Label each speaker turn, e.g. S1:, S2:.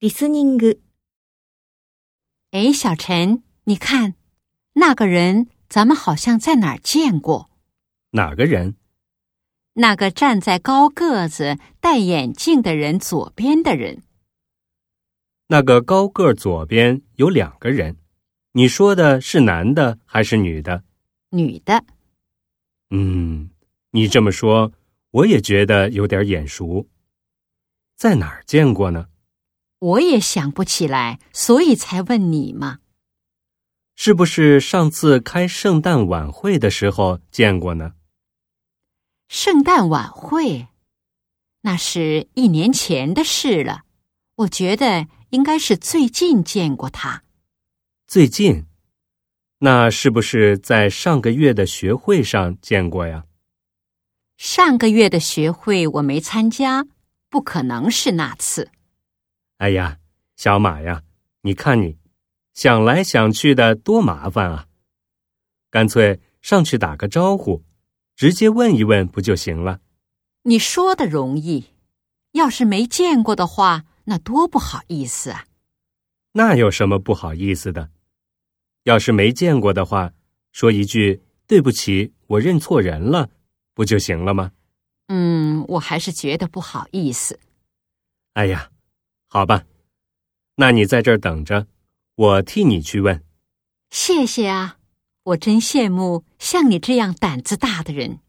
S1: リスニング。
S2: 哎，小陈，你看，那个人咱们好像在哪儿见过？
S3: 哪个人？
S2: 那个站在高个子、戴眼镜的人左边的人，
S3: 那个高个儿左边有两个人。你说的是男的还是女的？
S2: 女的。
S3: 嗯，你这么说，我也觉得有点眼熟。在哪儿见过呢？
S2: 我也想不起来，所以才问你嘛。
S3: 是不是上次开圣诞晚会的时候见过呢？
S2: 圣诞晚会，那是一年前的事了。我觉得应该是最近见过他。
S3: 最近？那是不是在上个月的学会上见过呀？
S2: 上个月的学会我没参加，不可能是那次。
S3: 哎呀，小马呀，你看你，想来想去的多麻烦啊！干脆上去打个招呼，直接问一问不就行了？
S2: 你说的容易，要是没见过的话，那多不好意思啊！
S3: 那有什么不好意思的？要是没见过的话，说一句“对不起，我认错人了”，不就行了吗？
S2: 嗯，我还是觉得不好意思。
S3: 哎呀，好吧，那你在这儿等着，我替你去问。
S2: 谢谢啊，我真羡慕像你这样胆子大的人。